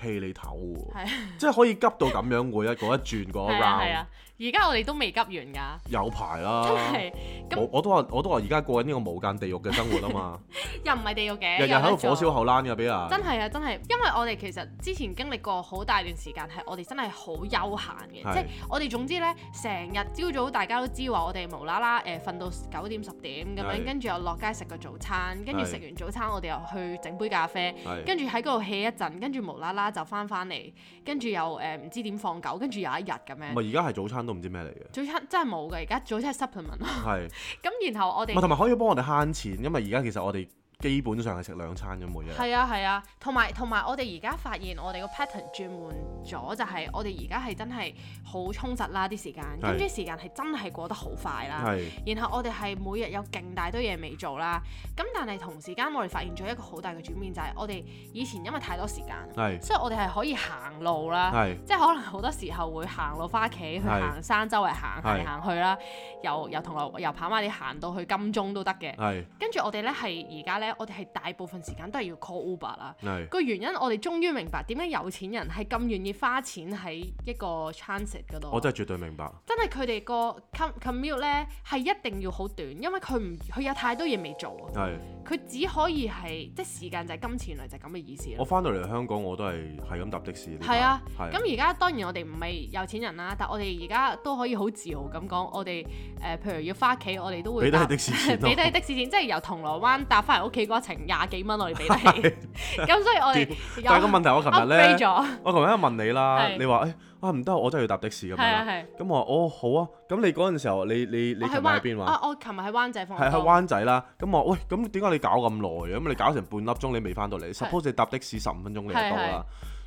A: 氣你唞喎，
B: 係啊
A: 即係可以急到咁樣喎，一嗰一轉嗰一
B: 係啊係
A: round
B: 啊，而家我哋都未急完㗎，
A: 有排啦
B: 真。係咁
A: 我我都話我都話而家過緊呢個無間地獄嘅生活啊嘛。
B: 又唔係地獄嘅，
A: 日日
B: 哎有
A: 喺
B: 得
A: 度火
B: 做
A: 燒後欄嘅俾人，
B: 真係啊，真係，因為我哋其實之前經歷過好大段時間係我哋真係好休閒嘅，
A: 係
B: 即係我哋總之呢，成日朝早大家都知話我哋無啦啦誒瞓到九點十點咁樣，
A: 係
B: 跟住又落街食個早餐，跟住
A: 係
B: 食完早餐我哋又去整杯咖啡。
A: 係
B: 跟住喺嗰度 hea 一陣，跟住無啦啦就翻返嚟，跟住又誒唔、知點放狗，跟住有一日咁
A: 唔
B: 樣。
A: 啊係而家係早餐都唔知咩嚟嘅，
B: 早餐真係冇嘅，而家早餐係 supplement 咯。
A: 係
B: 咁然後我哋
A: 唔係同埋可以幫我哋慳錢，因為而家其實我哋基本上係食兩餐嘅每日，
B: 係啊係啊，同埋同埋我哋而家發現我哋個 pattern 轉換咗，就係我哋而家係真係好充實啦啲時間，
A: 係
B: 跟住啲時間係真係過得好快啦。
A: 係
B: 然後我哋係每日有勁大堆嘢未做啦，咁但係同時間我哋發現咗一個好大嘅轉變，就係、我哋以前因為太多時間，
A: 係
B: 所以我哋係可以行路啦。
A: 係
B: 即係可能好多時候會行路翻屋企，去
A: 係
B: 行山周圍行行嚟
A: 係
B: 行去啦，由由銅鑼由跑馬地行到去金鐘都得嘅。
A: 係
B: 跟住我哋咧係而家咧，我哋係大部分時間都係要 call Uber 啦。
A: 係
B: 個原因我哋終於明白點解有錢人係咁願意花錢喺一個 transit 嗰度。
A: 我真係絕對明白，
B: 真係佢哋個 com- commute 咧係一定要好短，因為佢唔佢有太多嘢未做啊。
A: 係
B: 佢只可以係即係時間就係金錢嚟，就係咁嘅意思
A: 我
B: 咯。
A: 翻到嚟香港我都係係咁搭的士呢排，
B: 係啊，
A: 係
B: 咁而家當然我哋唔係有錢人啦，但我哋而家都可以好自豪咁講，我哋誒、呃譬如要翻屋企，我哋都會
A: 俾得
B: 搭
A: 係 的士錢咯
B: 俾低的士錢，即係由銅鑼灣搭翻嚟屋企記嗰程廿幾蚊，我 哋俾得起。 咁所以我哋有
A: 但係個問題我琴日
B: upgrade
A: 咧，
B: 咗，
A: 我琴日喺度問你啦，
B: 係
A: 你話誒啊唔得，我真係要搭的士咁樣
B: 係啊
A: 啦。
B: 係。
A: 咁我話哦好啊，咁你嗰陣時候你你你
B: 我
A: 琴日
B: 喺
A: 喺邊玩？
B: 啊！我琴日喺灣仔放
A: 係喺
B: 工
A: 灣仔啦，咁我喂，咁點解你搞咁耐嘅？咁你搞成半粒鐘你未翻到嚟，suppose 你搭的士十五分鐘你就到啦。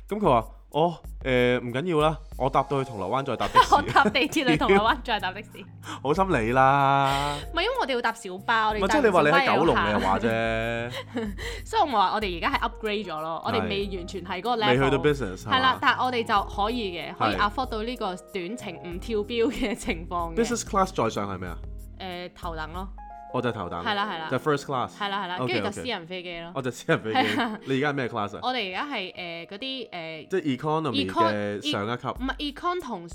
A: 咁佢話：哦，誒唔緊要啦，我搭到去銅鑼灣再搭的
B: 我
A: 士，
B: 搭地鐵去銅鑼灣，再搭的士。唔
A: 好心你 啦。
B: 係因為我哋要搭小巴，我
A: 唔
B: 哋
A: 係即
B: 搭
A: 係你話你
B: 小巴
A: 喺
B: 有
A: 九龍，你
B: 限
A: 又話啫，
B: 所以我咪話我哋而家係 upgrade 咗咯，我哋
A: 係
B: 未完全係嗰個 level。
A: 未去到 business 係
B: 係啦
A: 嘛，
B: 但係我哋就可以嘅，可以
A: 係
B: afford 到呢個短程唔跳標嘅情況嘅。誒、
A: ？business class 再上係咩啊？
B: 頭等咯，
A: 我就係頭等，
B: 係啦係啦
A: 就 first class，
B: 係啦係啦，
A: OK，
B: 跟住就
A: OK
B: 私人飛機咯。
A: 我就私人飛機
B: 係啊。
A: 你而家係咩 class 啊？
B: 我哋而家係誒嗰啲誒。
A: 即係 economy
B: Econ- 嗯
A: 嘅上一級
B: 唔係 econ 同誒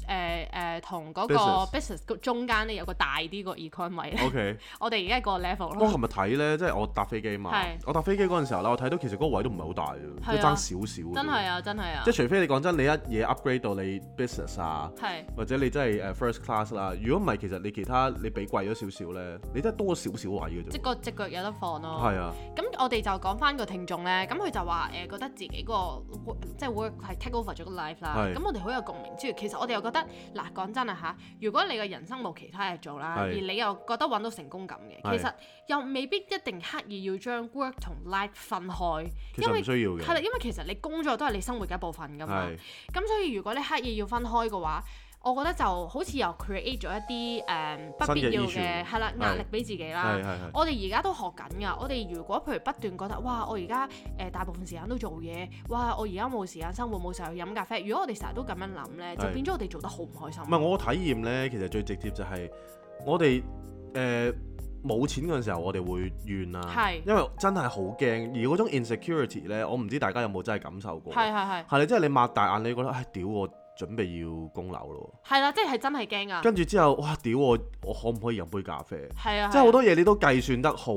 B: 誒同嗰個
A: Business 哦
B: business 個中間咧有個大啲個 econ 位咧，
A: ，OK。
B: 我哋而家係個 level
A: 我
B: 咯，
A: 琴日睇咧，即係我搭飛機嘛
B: 係，
A: 我搭飛機嗰陣時候咧，我睇到其實嗰個位都唔係好大嘅，
B: 係
A: 都爭少
B: 啊
A: 少嘅。
B: 真係啊真係啊
A: 即係，除非你講真，你一嘢 upgrade 到你 business 啊，
B: 係
A: 或者你真係誒呃 first class 啦。如果唔係，其實你其他你俾貴咗少少咧，你真係多少少位嘅
B: 即
A: 啫。
B: 個隻腳有得放咯。
A: 係啊，
B: 咁我哋就講翻個聽眾咧，咁佢就話誒、覺得自己個 work- 即係 work 係 take over 咗個 life 啦。
A: 係
B: 咁我哋好有共鳴之餘，其實我哋又覺得嗱講真啊嚇，如果你個人生冇其他嘢做啦，
A: 係
B: 而你又覺得揾到成功感嘅，
A: 係
B: 其實又未必一定刻意要將 work 同 life 分開，
A: 其
B: 因
A: 實
B: 為
A: 唔需要
B: 係啦，
A: 嘅。
B: 因為其實你工作都係你生活嘅一部分㗎嘛。
A: 係
B: 咁所以如果你刻意要分開嘅話，我覺得就好似又 create 咗一啲誒、不必要
A: 新嘅
B: 嘅
A: issue
B: 係啦壓力俾自己啦
A: 係。係係
B: 我哋而家都學緊㗎。我哋如果譬如不斷覺得哇，我而家誒大部分時間都做嘢，哇，我而家冇時間生活，冇時間去飲咖啡。如果我哋成日都咁樣諗咧，就
A: 係
B: 變咗我哋做得好唔開心。
A: 唔係我嘅體驗咧，其實最直接就係我哋誒冇錢嗰陣時候，我哋會怨啊
B: 係，
A: 因為真係好驚。而嗰種 insecurity 咧，我唔知大家有冇真係感受過。
B: 係係係
A: 係你即係你擘大眼，你覺得唉屌，我準備要供樓咯。
B: 係啦，即係真係驚㗎。
A: 跟住之後，哇屌我，我可唔可以飲杯咖啡？
B: 係啊，
A: 即係好多嘢你都計算得好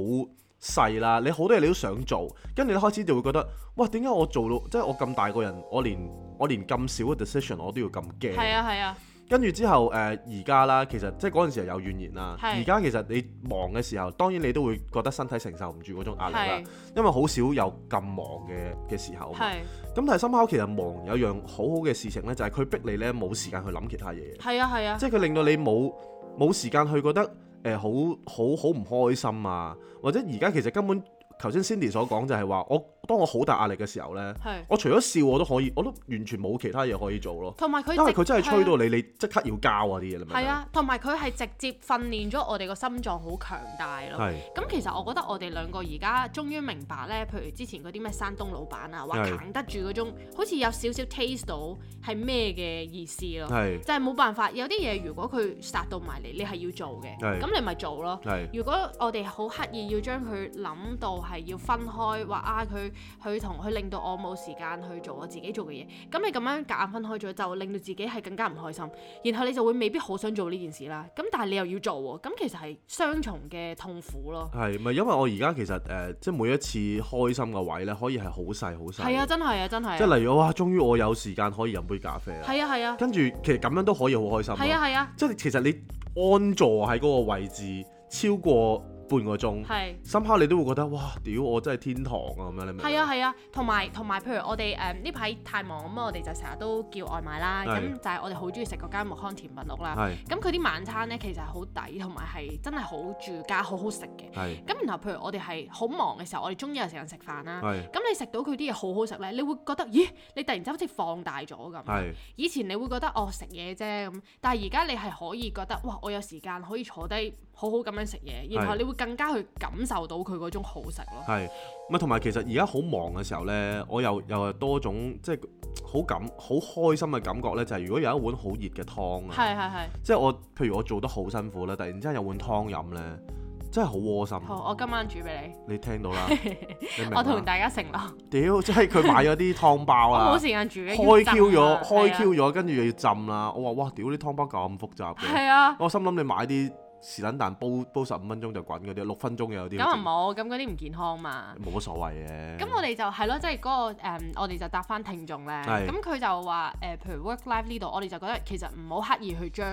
A: 細啦，你好多嘢你都想做，跟住你開始就會覺得，哇點解我做到，即係我咁大個人，我連我連咁少嘅 decision 我都要咁
B: 係啊係
A: 驚。
B: 啊係啊，
A: 跟住之後誒而家啦，其實即係嗰陣時候有怨言啦，
B: 係
A: 而家其實你忙嘅時候，當然你都會覺得身體承受唔住嗰種壓力啦
B: 係，
A: 因為好少有咁忙嘅嘅時候啊嘛。
B: 係
A: 咁但係深烤其實忙有一樣好好嘅事情呢，就係佢逼你呢冇時間去諗其他嘢。
B: 係啊係啊，
A: 即係佢令到你冇冇時間去覺得誒、呃好好好唔開心啊，或者而家其實根本頭先 Cindy 所講就係話，我當我好大壓力嘅時候呢，
B: 係
A: 我除咗笑我都可以，我都完全冇其他嘢可以做咯。
B: 同埋佢
A: 因為
B: 直
A: 佢真係
B: 係
A: 吹
B: 啊
A: 到你，你即刻要交啊啲嘢，你明唔明？
B: 係，啊，同埋佢係直接訓練咗我哋個心臟好強大咯。
A: 係
B: 咁其實我覺得我哋兩個而家終於明白咧，譬如之前嗰啲咩山東老闆啊，話
A: 係
B: 扛得住嗰種，好似有少少 taste 到係咩嘅意思咯。
A: 係
B: 就係冇辦法，有啲嘢如果佢殺到埋嚟，你係要做嘅，
A: 係
B: 咁你咪做咯。
A: 係
B: 如果我哋好刻意要將佢諗到係要分開，話啊佢佢同佢令到我冇時間去做我自己做嘅嘢，咁你咁樣夾硬分開咗，就令到自己係更加唔開心，然後你就會未必好想做呢件事啦。咁但係你又要做喎，咁其實係雙重嘅痛苦咯。
A: 係，咪因為我而家其實誒、呃即係每一次開心嘅位呢，可以係好細好細。
B: 係啊，真係啊，真係
A: 即
B: 啊。
A: 係例如哇，終於我有時間可以飲杯咖啡啦。
B: 係啊，係啊，
A: 跟住其實咁樣都可以好開心咯。
B: 係啊，係啊，
A: 即係其實你安坐喺嗰個位置超過半個鐘，
B: 係。啊
A: 深刻你都會覺得哇屌我真係天堂啊咁樣，你明唔明？
B: 係啊係啊，同埋同埋，譬如我哋誒呢排太忙啊咁，我哋就成日都叫外賣啦。
A: 係
B: 咁就係我哋好中意食嗰間木康甜品屋啦。
A: 係
B: 咁佢啲晚餐咧其實係好抵，同埋係真係好住家，好好食嘅。
A: 係
B: 咁然後譬如我哋係好忙嘅時候，我哋終於有時間食飯啦。
A: 係
B: 咁你食到佢啲嘢好好食咧，你會覺得咦，你突然之間好似放大咗咁。
A: 係
B: 以前你會覺得哦食嘢啫咁，但係而家你係可以覺得哇，我有時間可以坐低好好咁樣食嘢，然後
A: 係
B: 你會更加去感受到佢嗰種好食咯。
A: 係。咪同埋其實而家好忙嘅時候呢，我又又係多種即係好感好開心嘅感覺呢，就係、如果有一碗好熱嘅湯啊，
B: 係係係。
A: 即係我譬如我做得好辛苦啦，突然之間有碗湯飲呢，真係好窩心。
B: 好，我今晚煮俾
A: 你聽到 啦，你明啊
B: 你，我同
A: 啦？
B: 大家承諾，
A: 屌，即係佢買咗啲湯包
B: 我
A: 啦。
B: 冇時間煮嘅，
A: 開
B: 要
A: Q
B: 浸啊
A: 咗，開 Q
B: 係
A: 咗，跟住又要浸啦。我話哇，屌啲湯包咁複雜
B: 啊係
A: 嘅，
B: 啊，
A: 我心諗你買啲是撚蛋煲煲十五分鐘就滾嗰啲，六分鐘又有啲，
B: 咁唔好，咁嗰啲唔健康嘛。
A: 冇乜所謂嘅。
B: 咁我哋就係咯，即係嗰個誒我哋就答翻聽眾咧。
A: 係
B: 咁佢就話誒，譬如 work life 呢度，我哋就覺得其實唔好刻意去將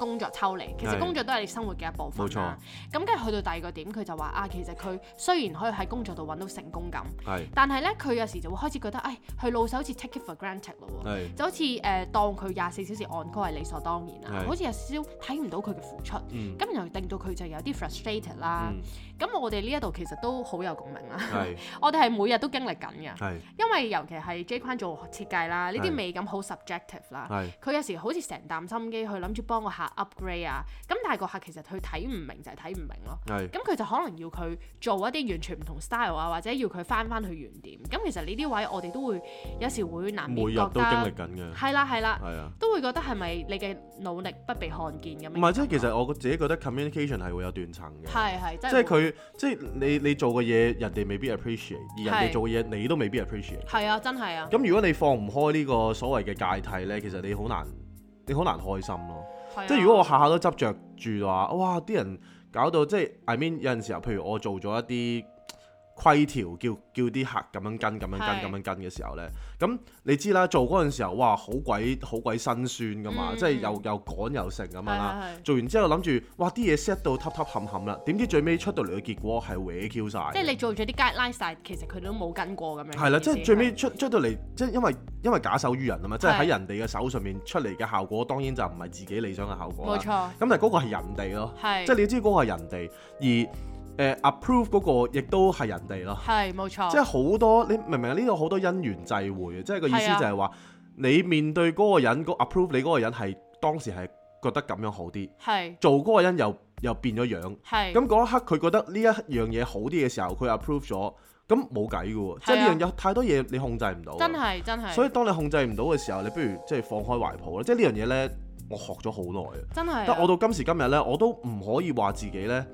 B: 工作抽離，其實
A: 係
B: 工作都係你生活嘅一部分啦。咁跟住去到第二個點，佢就話啊，其實佢雖然可以喺工作度揾到成功感，
A: 係
B: 但係咧佢有時就會開始覺得，唉，佢老手好似 take it for granted 咯喎。
A: 係
B: 就好似誒、呃、當佢廿四小時 on call 係理所當然啦，
A: 係
B: 好似有少少睇唔到佢嘅付出，咁、
A: 嗯
B: 然後令到佢就有啲 frustrated 啦
A: 嗯。
B: 咁、我哋呢一度其實都好有共鳴啦，
A: 係
B: 我哋係每日都經歷緊嘅。
A: 係
B: 因為尤其係 J 框做設計啦，呢啲
A: 係
B: 美感好 subjective 啦。
A: 係
B: 佢有時好似成啖心機去諗住幫個客 upgrade 啊，咁但係個客其實佢睇唔明就係睇唔明咯。
A: 係
B: 咁佢就可能要佢做一啲完全唔同 style 啊，或者要佢翻翻去原點。咁其實呢啲位我哋都會有時會難
A: 每
B: 免
A: 日
B: 覺
A: 都
B: 得
A: 經歷緊嘅，
B: 係啦係啦，
A: 係啊。
B: 都會覺得係咪你嘅努力不被看見咁樣？
A: 唔係，即係其實我自己覺得 communication 係會有斷層嘅，
B: 係係，
A: 即係佢即係你你做嘅嘢人哋未必 appreciate，而人
B: 係
A: 哋做嘅嘢你都未必 appreciate。
B: 係啊，真係啊，
A: 咁如果你放唔開呢個所謂嘅界替呢，其實你好難你好難開心咯。
B: 係啊
A: 即係如果我下下都執着住話，哇！啲人搞到即係 I mean 有陣時候，譬如我做咗一啲規條，叫叫啲客咁樣跟、咁樣
B: 係
A: 跟、咁樣跟嘅時候呢，咁你知啦，做嗰陣時候，哇，好鬼好鬼辛酸噶嘛，
B: 嗯
A: 即係又又趕又成咁樣啦。
B: 啊係係係
A: 做完之後諗住，哇！啲嘢 set 到揼揼冚冚啦，點知最尾出到嚟嘅結果係歪 Q 晒。
B: 即係你做咗啲 guideline 曬，其實佢都冇跟過咁樣。
A: 係啦，即
B: 意
A: 係
B: 思
A: 最尾出出到嚟，即係因為因為假手於人啊嘛，即係
B: 係
A: 喺人哋嘅手上面出嚟嘅效果，當然就唔係自己理想嘅效果
B: 冇
A: 啦。咁
B: 錯，
A: 但係嗰個係人哋咯。
B: 係
A: 即係你知嗰個係人哋，而誒、呃 approve 嗰個亦都係人哋咯。
B: 係冇錯，
A: 即係好多你明唔明啊？呢度好多因緣際會嘅，即係個意思
B: 係啊
A: 就係話你面對嗰個人，個 approve 你嗰個人係當時係覺得咁樣好啲，
B: 係
A: 做嗰個人又又變咗樣。
B: 係
A: 咁嗰一刻佢覺得呢一樣嘢好啲嘅時候，佢 approve 咗，咁冇計嘅喎。即係
B: 係
A: 呢
B: 啊
A: 樣嘢太多嘢你控制唔到。
B: 真係真係，
A: 所以當你控制唔到嘅時候，你不如即係放開懷抱啦。即係呢樣嘢呢，我學咗好耐啊。
B: 真係啊，
A: 但我到今時今日呢，我都唔可以話自己呢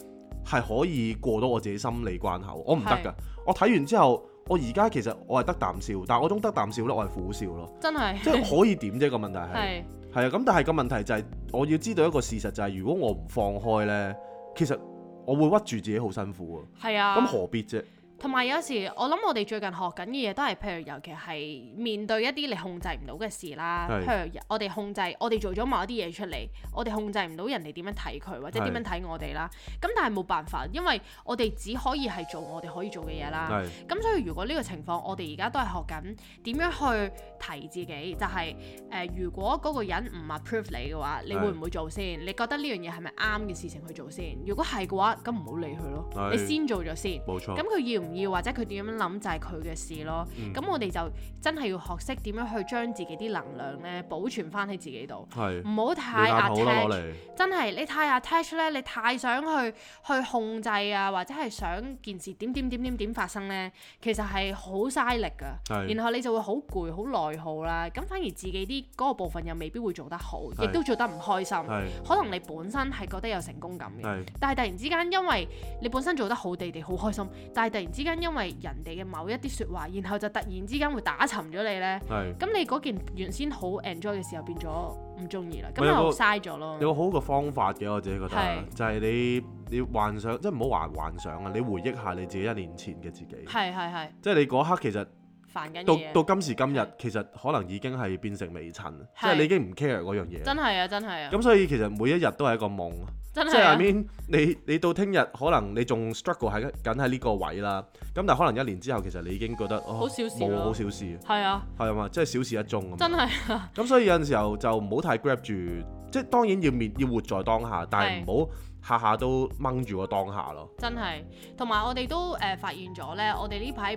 A: 係可以過到我自己心理關口，我唔得
B: 係
A: 㗎。我睇完之後，我而家其實我係得啖笑，但係我種得啖笑呢，我係苦笑 咯。
B: 真係
A: 即係可以點啫？個問題係
B: 係
A: 係啊，咁但係個問題就係、我要知道一個事實就係、如果我唔放開呢，其實我會屈住自己好辛苦
B: 係
A: 啊。
B: 啊，
A: 咁何必啫？
B: 同埋有時，我諗我哋最近學緊嘅嘢都係，譬如尤其係面對一啲你控制唔到嘅事啦，
A: 係
B: 譬如我哋控制，我哋做咗某一啲嘢出嚟，我哋控制唔到人哋點樣睇佢，或者點樣睇我哋啦。咁但係冇辦法，因為我哋只可以係做我哋可以做嘅嘢啦。
A: 係
B: 咁所以如果呢個情況，我哋而家都係學緊點樣去提自己，就係、呃如果嗰個人唔 approve 你嘅話，你
A: 係
B: 會唔會做先？你覺得呢樣嘢係咪啱嘅事情去做先？如果係嘅話，咁唔好理佢咯，
A: 係哦
B: 你先做咗先。
A: 冇錯
B: 咁。佢要唔要或者佢點樣諗就係佢嘅事咯。
A: 嗯
B: 咁、我哋就真係要學識點樣去將自己啲能量咧保存翻喺自己度，
A: 係
B: 唔好
A: 你
B: 太
A: 眼好啦，攞
B: attach。
A: 嚟
B: 真係你太 attach 咧，你太想去去控制啊，或者係想件事點點點點點發生咧，其實係好嘥力㗎。
A: 係
B: 然後你就會好攰、好內耗啦。咁反而自己啲嗰個部分又未必會做得好，亦
A: 係
B: 都做得唔開心。
A: 係
B: 可能你本身係覺得有成功感嘅。
A: 係
B: 但係突然之間，因為你本身做得好地地好開心，但係突然之間因為人哋嘅某一啲説話，然後就突然之間會打沉咗你呢。
A: 係。
B: 咁你嗰件原先好 enjoy 嘅時候變咗唔中意啦，咁
A: 咪有個
B: 又嘥咗咯。
A: 有個好嘅方法嘅，我自己覺得
B: 係
A: 就係你你幻想，即係唔好話幻想啊！你回憶下你自己一年前嘅自己，
B: 係係係，
A: 即係你嗰刻其實
B: 煩緊嘢。
A: 到到今時今日
B: 係，
A: 其實可能已經係變成微塵，
B: 係
A: 即係你已經唔 care 嗰樣嘢。
B: 真係啊，真係啊，
A: 咁所以其實每一日都係一個夢，
B: 真
A: 即係
B: 係
A: I
B: 啊，
A: mean 你你到聽日可能你仲 struggle 喺緊喺呢個位啦，咁但係可能一年之後其實你已經覺得哦
B: 好小事
A: 冇
B: 咯
A: 好小事，
B: 係啊，
A: 係啊嘛，即係小事一宗咁樣。
B: 真係啊，
A: 咁所以有陣時候就唔好太 grab 住，即係當然要面要活在當下，但係唔好下下都掹住個當下咯。
B: 真係。同埋我哋都誒發現咗呢，我哋呢排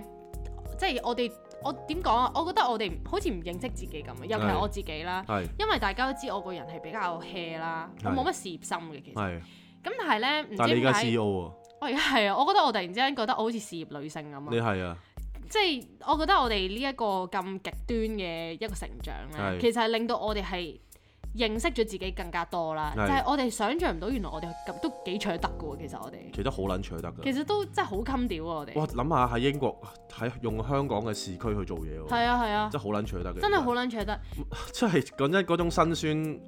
B: 即係我哋我點講啊？我覺得我哋好似唔認識自己咁啊，尤其係
A: 係
B: 我自己啦。
A: 係
B: 因為大家都知我個人係比較 hea 啦，我
A: 係
B: 冇乜事業心嘅其實。
A: 係，
B: 咁但係咧，唔
A: 但係你而
B: 知點
A: 家
B: 解
A: CEO 啊，
B: 我而家係啊，我覺得我突然之間覺得我好似事業女性咁
A: 你
B: 啊，
A: 係啊，
B: 即係我覺得我哋呢一個咁極端嘅一個成長咧，
A: 係
B: 其實係令到我哋係。認識咗自己更加多啦，就
A: 係
B: 係我哋想象唔到，原來我哋咁都幾取得嘅喎。其實我哋
A: 其實好撚取得
B: 其
A: 㗎。
B: 實都真係好襟屌啊！我哋
A: 嗯哇！諗下喺英國喺用香港嘅市區去做嘢喎，
B: 係啊係啊，
A: 真係好撚取得嘅。
B: 真係好撚取得，
A: 真係講真嗰種辛酸，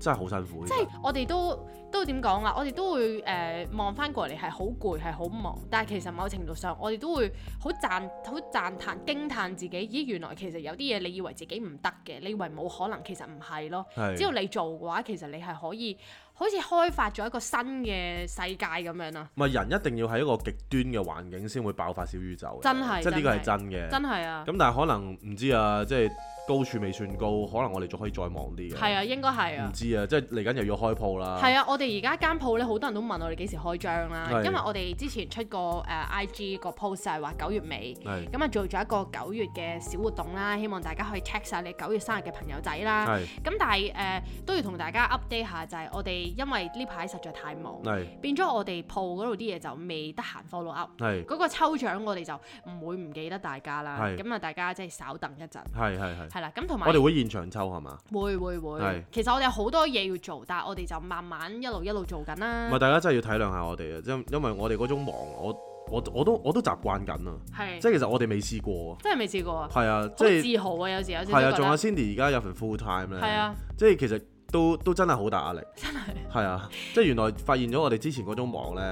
A: 真係好辛苦。
B: 即係我哋都都點講啊啦，我哋都會誒望翻過嚟係好攰係好忙，但係其實某程度上我哋都會好讚好讚歎驚歎自己，咦原來其實有啲嘢你以為自己唔得嘅，你以為冇可能，其實唔係咯。
A: 係
B: 只要你做嘅話，其實你係可以好似開發咗一個新嘅世界咁樣啊啦。
A: 唔係人一定要喺一個極端嘅環境先會爆發小宇宙嘅，
B: 真係
A: 即係呢個係真
B: 真
A: 嘅。
B: 真係啊，
A: 咁但係可能唔知啊，即係高處未算高，可能我哋仲可以再忙啲嘅。
B: 係啊，應該係啊
A: 唔。知啊，即係嚟緊又要開鋪啦。
B: 係啊，我哋而家間鋪咧，好多人都問我哋幾時開張啦，
A: 係
B: 因為我哋之前出過誒、呃 IG 個 post 就係話九月尾，
A: 係
B: 咁啊做咗一個九月嘅小活動啦，希望大家可以 check 晒你九月生日嘅朋友仔啦。
A: 係
B: 咁但係誒、呃都要同大家 update 下，就係我哋因為呢排實在太忙，
A: 係
B: 變咗我哋鋪嗰度啲嘢就未得閒 follow up。
A: 係
B: 嗰個抽獎我哋就唔會唔記得大家啦，
A: 係
B: 咁啊大家即係稍等一陣，
A: 係係係。
B: 係啦，咁同埋
A: 我哋會現場抽係嘛？
B: 會會
A: 係
B: 會，其實我哋有好多嘢要做，但係我哋就慢慢一路一路做緊
A: 唔
B: 啦
A: 係，大家真係要體諒下我哋啊，因因為我哋嗰種忙，我我我都我都習慣緊啊。
B: 係
A: 即係其實我哋未試過啊。
B: 真係未試過啊，
A: 係啊，即
B: 嗯好
A: 係
B: 自豪啊，有時有時
A: 係啊，
B: 都覺
A: 仲有
B: 得
A: Cindy 而家有份 full time 咧。
B: 係啊，
A: 即係其實都都真係好大壓力。真係。係啊，即係原來發現咗我哋之前嗰種忙咧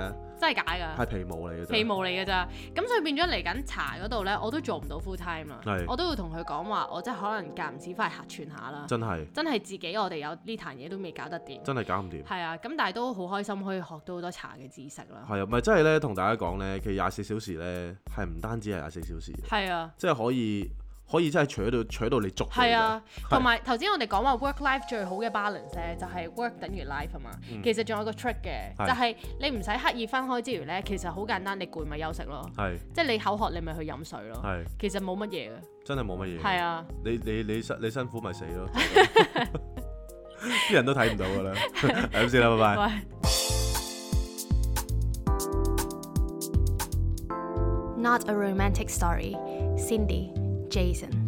B: 真係假㗎。
A: 係皮毛嚟嘅啫。
B: 啊皮毛嚟㗎咋，咁所以變咗嚟緊茶嗰度呢，我都做唔到 full time
A: 係
B: 啦，我都會同佢講話，我即係可能間唔時翻嚟客串下啦，
A: 真係
B: 真係自己我哋有呢壇嘢都未搞得掂，
A: 真係搞唔掂。
B: 係啊，咁但係都好開心可以學到好多茶嘅知識啦，
A: 係啊，咪真係咧，同大家講咧，其實廿四小時咧係唔單止係廿四小時嘅，
B: 係啊。
A: 即係可以可以真係取到取到你捉。
B: 係啊，同埋頭先我哋講話 work life 最好嘅 balance 咧，就係 work 等於 life 啊嘛。其實仲有個 trick 嘅，
A: 嗯係
B: 就係你唔使刻意分開之餘咧，其實好簡單，你攰咪休息咯，
A: 係
B: 即係你口渴你咪去飲水咯。
A: 係
B: 其實冇乜嘢嘅，
A: 真係冇乜嘢。
B: 係啊，
A: 你你你辛你辛苦咪死 咯，啲人都睇唔到㗎啦，係咁先啦，拜拜。
B: 喂。
C: Not a romantic story. Cindy, Jason.